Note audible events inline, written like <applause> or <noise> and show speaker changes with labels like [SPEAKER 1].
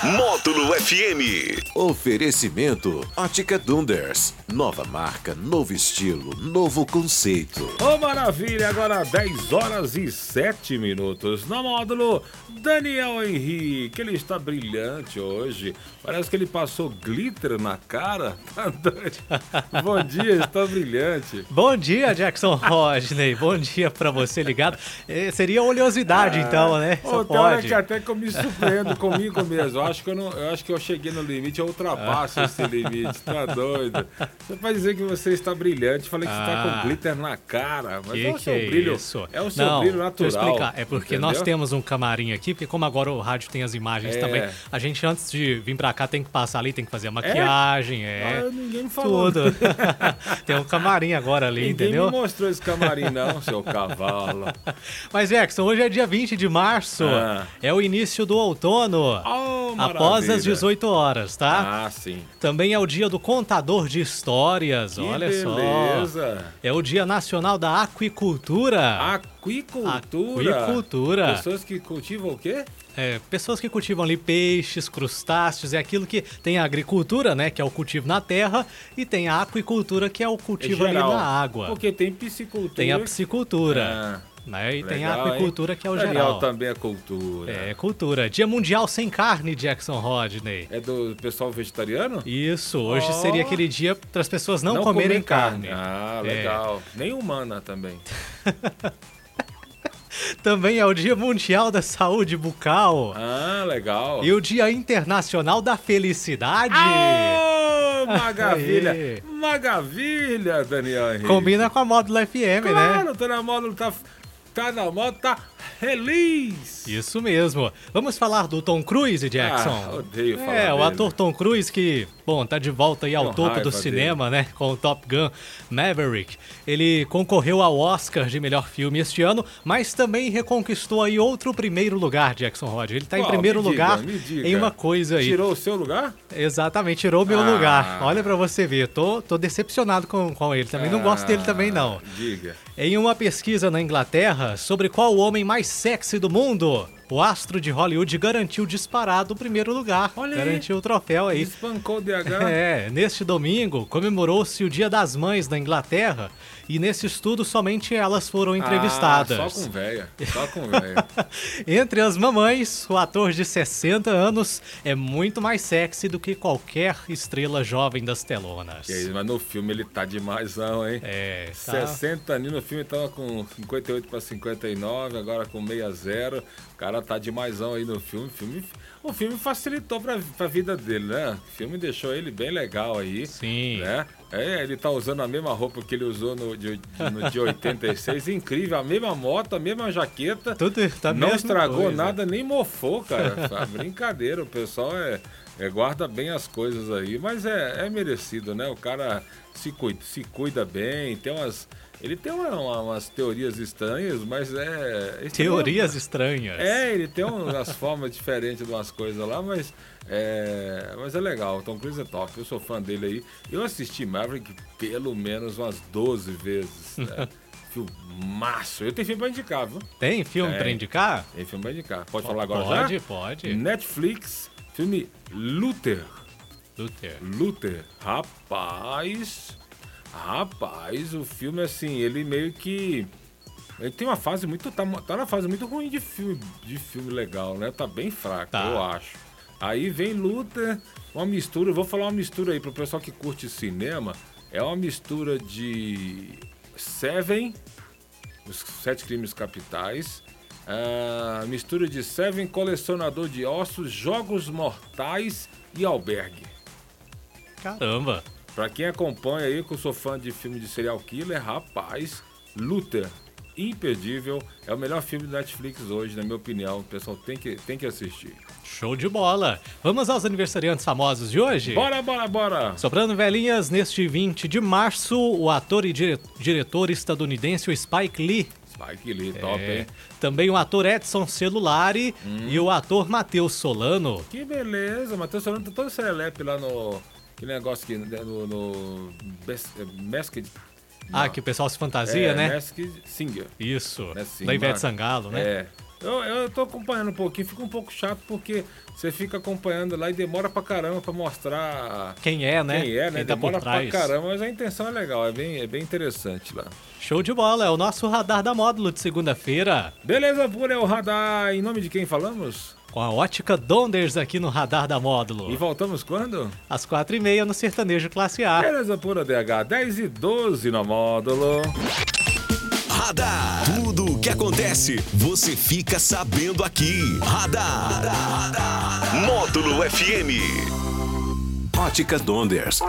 [SPEAKER 1] Módulo FM.
[SPEAKER 2] Oferecimento Ótica Dunders. Nova marca, novo estilo, novo conceito.
[SPEAKER 3] Ô maravilha, agora 10 horas e 7 minutos. No módulo, Daniel Henrique. Ele está brilhante hoje. Parece que ele passou glitter na cara. <laughs> Tá doido. Bom dia, está brilhante.
[SPEAKER 4] Bom
[SPEAKER 3] <laughs>
[SPEAKER 4] dia, Jackson Rodney. Bom dia pra você ligado. Eh, Seria oleosidade, então, né?
[SPEAKER 3] É. Ô,
[SPEAKER 4] Só
[SPEAKER 3] tem hora
[SPEAKER 4] pode.
[SPEAKER 3] que até que eu me surpreendo comigo mesmo. Eu acho que eu, não, eu acho que eu cheguei no limite, eu ultrapasso esse limite. Tá doido. Você pode dizer que você está brilhante. Falei que você está
[SPEAKER 4] Ah.
[SPEAKER 3] com glitter na cara. Mas é o
[SPEAKER 4] Que que
[SPEAKER 3] seu
[SPEAKER 4] é
[SPEAKER 3] brilho.
[SPEAKER 4] isso?
[SPEAKER 3] É o seu
[SPEAKER 4] Não,
[SPEAKER 3] brilho
[SPEAKER 4] deixa eu
[SPEAKER 3] natural.
[SPEAKER 4] explicar. É porque nós
[SPEAKER 3] entendeu?
[SPEAKER 4] temos um camarim aqui, porque como agora o rádio tem as imagens
[SPEAKER 3] É.
[SPEAKER 4] também, a gente antes de vir pra cá tem que passar ali, tem que fazer a maquiagem, é.
[SPEAKER 3] Ah, ninguém me falou. <laughs>
[SPEAKER 4] tudo. <laughs> tem um camarim agora ali,
[SPEAKER 3] Ninguém
[SPEAKER 4] entendeu?
[SPEAKER 3] me mostrou esse camarim, não, seu cavalo.
[SPEAKER 4] <laughs> Mas, Jackson, hoje é dia 20 de março.
[SPEAKER 3] Ah.
[SPEAKER 4] É o início do outono.
[SPEAKER 3] Oh,
[SPEAKER 4] após
[SPEAKER 3] maravilha.
[SPEAKER 4] as 18 horas, tá?
[SPEAKER 3] Ah, sim.
[SPEAKER 4] Também é o dia do contador de histórias,
[SPEAKER 3] Que
[SPEAKER 4] olha só.
[SPEAKER 3] beleza. Ah.
[SPEAKER 4] É o dia nacional da aquicultura.
[SPEAKER 3] Aquicultura.
[SPEAKER 4] Aquicultura.
[SPEAKER 3] Pessoas que cultivam o quê?
[SPEAKER 4] É, pessoas que cultivam ali peixes, crustáceos, é aquilo que tem a agricultura, né, que é o cultivo na terra, e tem a aquicultura, que é o
[SPEAKER 3] É
[SPEAKER 4] cultivo ali
[SPEAKER 3] geral.
[SPEAKER 4] na água.
[SPEAKER 3] Porque tem piscicultura.
[SPEAKER 4] Tem a piscicultura,
[SPEAKER 3] Ah,
[SPEAKER 4] né, e tem a
[SPEAKER 3] legal, hein?
[SPEAKER 4] aquicultura, que é o
[SPEAKER 3] Daniel
[SPEAKER 4] geral.
[SPEAKER 3] também é cultura.
[SPEAKER 4] É, cultura. Dia Mundial Sem Carne, Jackson Rodney.
[SPEAKER 3] É do pessoal vegetariano?
[SPEAKER 4] Isso, hoje
[SPEAKER 3] Ó.
[SPEAKER 4] seria aquele dia para as pessoas não,
[SPEAKER 3] comer
[SPEAKER 4] comerem carne.
[SPEAKER 3] Ah,
[SPEAKER 4] É.
[SPEAKER 3] legal. Nem humana também.
[SPEAKER 4] Também é o Dia Mundial da Saúde Bucal.
[SPEAKER 3] Ah, legal.
[SPEAKER 4] E o Dia Internacional da Felicidade.
[SPEAKER 3] Oh,
[SPEAKER 4] Aê.
[SPEAKER 3] Magavilha! Magavilha, Daniel Henrique.
[SPEAKER 4] Combina com a Módulo FM, né?
[SPEAKER 3] Claro, tá na moda, tá, tá na moda, tá feliz.
[SPEAKER 4] Isso mesmo. Vamos falar do Tom Cruise, Jackson.
[SPEAKER 3] Ah, odeio falar
[SPEAKER 4] É, o
[SPEAKER 3] dele.
[SPEAKER 4] ator Tom Cruise que, bom, tá de volta aí ao
[SPEAKER 3] Tenho
[SPEAKER 4] topo do
[SPEAKER 3] raiva
[SPEAKER 4] cinema, né? Com o Top Gun Maverick. Ele concorreu ao Oscar de melhor filme este ano, mas também reconquistou aí outro primeiro lugar, Jackson Rod. Ele tá em
[SPEAKER 3] Qual?
[SPEAKER 4] primeiro
[SPEAKER 3] Me diga,
[SPEAKER 4] lugar
[SPEAKER 3] me diga.
[SPEAKER 4] em uma coisa aí.
[SPEAKER 3] Tirou o seu lugar?
[SPEAKER 4] Exatamente, tirou meu
[SPEAKER 3] Ah.
[SPEAKER 4] lugar. Olha pra você ver, tô, tô decepcionado com, com ele também. Não gosto dele também, não.
[SPEAKER 3] Ah, Diga.
[SPEAKER 4] Em uma pesquisa na Inglaterra sobre qual o homem mais sexy do mundo, o astro de Hollywood garantiu disparado o primeiro lugar.
[SPEAKER 3] Olha aí. tá.
[SPEAKER 4] garantiu o troféu aí.
[SPEAKER 3] Espancou o DH.
[SPEAKER 4] <laughs> É, neste domingo comemorou-se o Dia das Mães na Inglaterra e nesse estudo somente elas foram entrevistadas.
[SPEAKER 3] Ah, só com véia. Só com
[SPEAKER 4] <laughs>
[SPEAKER 3] véia.
[SPEAKER 4] Entre as mamães, o ator de 60 anos é muito mais sexy do que qualquer estrela jovem das telonas.
[SPEAKER 3] Que isso, mas no filme ele tá demaisão, hein?
[SPEAKER 4] É, tá.
[SPEAKER 3] 60 anos no filme tava com 58 pra 59, agora com 60. O cara tá demaisão aí no filme. O filme, o filme facilitou pra, pra vida dele, né? O filme deixou ele bem legal aí.
[SPEAKER 4] Sim.
[SPEAKER 3] Né? É, ele tá usando a mesma roupa que ele usou no de, de- no
[SPEAKER 4] <laughs>
[SPEAKER 3] de 86. Incrível, a mesma moto, a mesma jaqueta.
[SPEAKER 4] Tudo tá a
[SPEAKER 3] Não
[SPEAKER 4] mesma
[SPEAKER 3] estragou
[SPEAKER 4] coisa.
[SPEAKER 3] nada, nem mofou, cara. <laughs> Tá brincadeira, o pessoal é, é- guarda bem as coisas aí, mas é, é merecido, né? O cara se cuida, se cuida bem, tem umas. Ele tem uma- uma- umas teorias estranhas, mas é. esse
[SPEAKER 4] Teorias estranhas.
[SPEAKER 3] é, ele tem umas <laughs> formas diferentes de umas coisas lá, mas é, mas é legal. O Tom Cruise é top, eu sou fã dele aí. Eu assisti Maverick pelo menos umas 12 vezes.
[SPEAKER 4] <laughs>
[SPEAKER 3] Né? Filmaço. Eu tenho filme pra indicar, viu?
[SPEAKER 4] Tem filme
[SPEAKER 3] Tem.
[SPEAKER 4] pra indicar?
[SPEAKER 3] Tem filme pra indicar. Pode falar agora
[SPEAKER 4] pode,
[SPEAKER 3] já?
[SPEAKER 4] pode.
[SPEAKER 3] Netflix, filme Luther.
[SPEAKER 4] Luther.
[SPEAKER 3] Luther. Rapaz. Rapaz, o filme, assim, ele meio que. Ele tem uma fase muito. Tá, tá na fase muito ruim de filme, de filme legal, né? Tá bem fraco,
[SPEAKER 4] Tá.
[SPEAKER 3] eu acho. Aí vem Luther, uma mistura. Eu vou falar uma mistura aí pro pessoal que curte cinema. É uma mistura de Seven, os Sete Crimes Capitais, ah, mistura de Seven, Colecionador de Ossos, Jogos Mortais e Albergue.
[SPEAKER 4] Caramba.
[SPEAKER 3] Pra quem acompanha aí, que eu sou fã de filme de serial killer, rapaz, Luther, imperdível, é o melhor filme do Netflix hoje, na minha opinião. O pessoal tem que, tem que assistir.
[SPEAKER 4] Show de bola. Vamos aos aniversariantes famosos de hoje?
[SPEAKER 3] Bora, bora, bora!
[SPEAKER 4] Soprando velhinhas, neste 20 de março, o ator e dire- diretor estadunidense o Spike Lee
[SPEAKER 3] Vai que lê, top,
[SPEAKER 4] É.
[SPEAKER 3] hein?
[SPEAKER 4] Também o ator Edson Celulari
[SPEAKER 3] Hum.
[SPEAKER 4] e o ator Matheus Solano.
[SPEAKER 3] Que beleza, Matheus Solano tá todo serelepe lá no. Que negócio aqui, né, no. no Bes- é, Masked.
[SPEAKER 4] Ah,
[SPEAKER 3] não.
[SPEAKER 4] que o pessoal se fantasia,
[SPEAKER 3] é,
[SPEAKER 4] né?
[SPEAKER 3] Masked Singer.
[SPEAKER 4] Isso.
[SPEAKER 3] né, sim,
[SPEAKER 4] da Ivete
[SPEAKER 3] Marco?
[SPEAKER 4] Sangalo, né?
[SPEAKER 3] É. Eu, eu tô acompanhando um pouquinho, fica um pouco chato porque você fica acompanhando lá e demora pra caramba pra mostrar
[SPEAKER 4] Quem é, né?
[SPEAKER 3] quem é, né?
[SPEAKER 4] Quem tá por
[SPEAKER 3] demora
[SPEAKER 4] trás.
[SPEAKER 3] pra caramba, mas a intenção é legal, é bem, é bem interessante lá.
[SPEAKER 4] Show de bola, é o nosso radar da módulo de segunda-feira.
[SPEAKER 3] Beleza pura, é o radar. Em nome de quem falamos?
[SPEAKER 4] Com a ótica Donders aqui no radar da módulo.
[SPEAKER 3] E voltamos quando?
[SPEAKER 4] Às quatro e meia no Sertanejo Classe A.
[SPEAKER 3] Beleza pura DH 10 e 12 no módulo.
[SPEAKER 1] Radar. Tudo o que acontece, você fica sabendo aqui. Radar. Módulo FM.
[SPEAKER 2] Ótica Donders.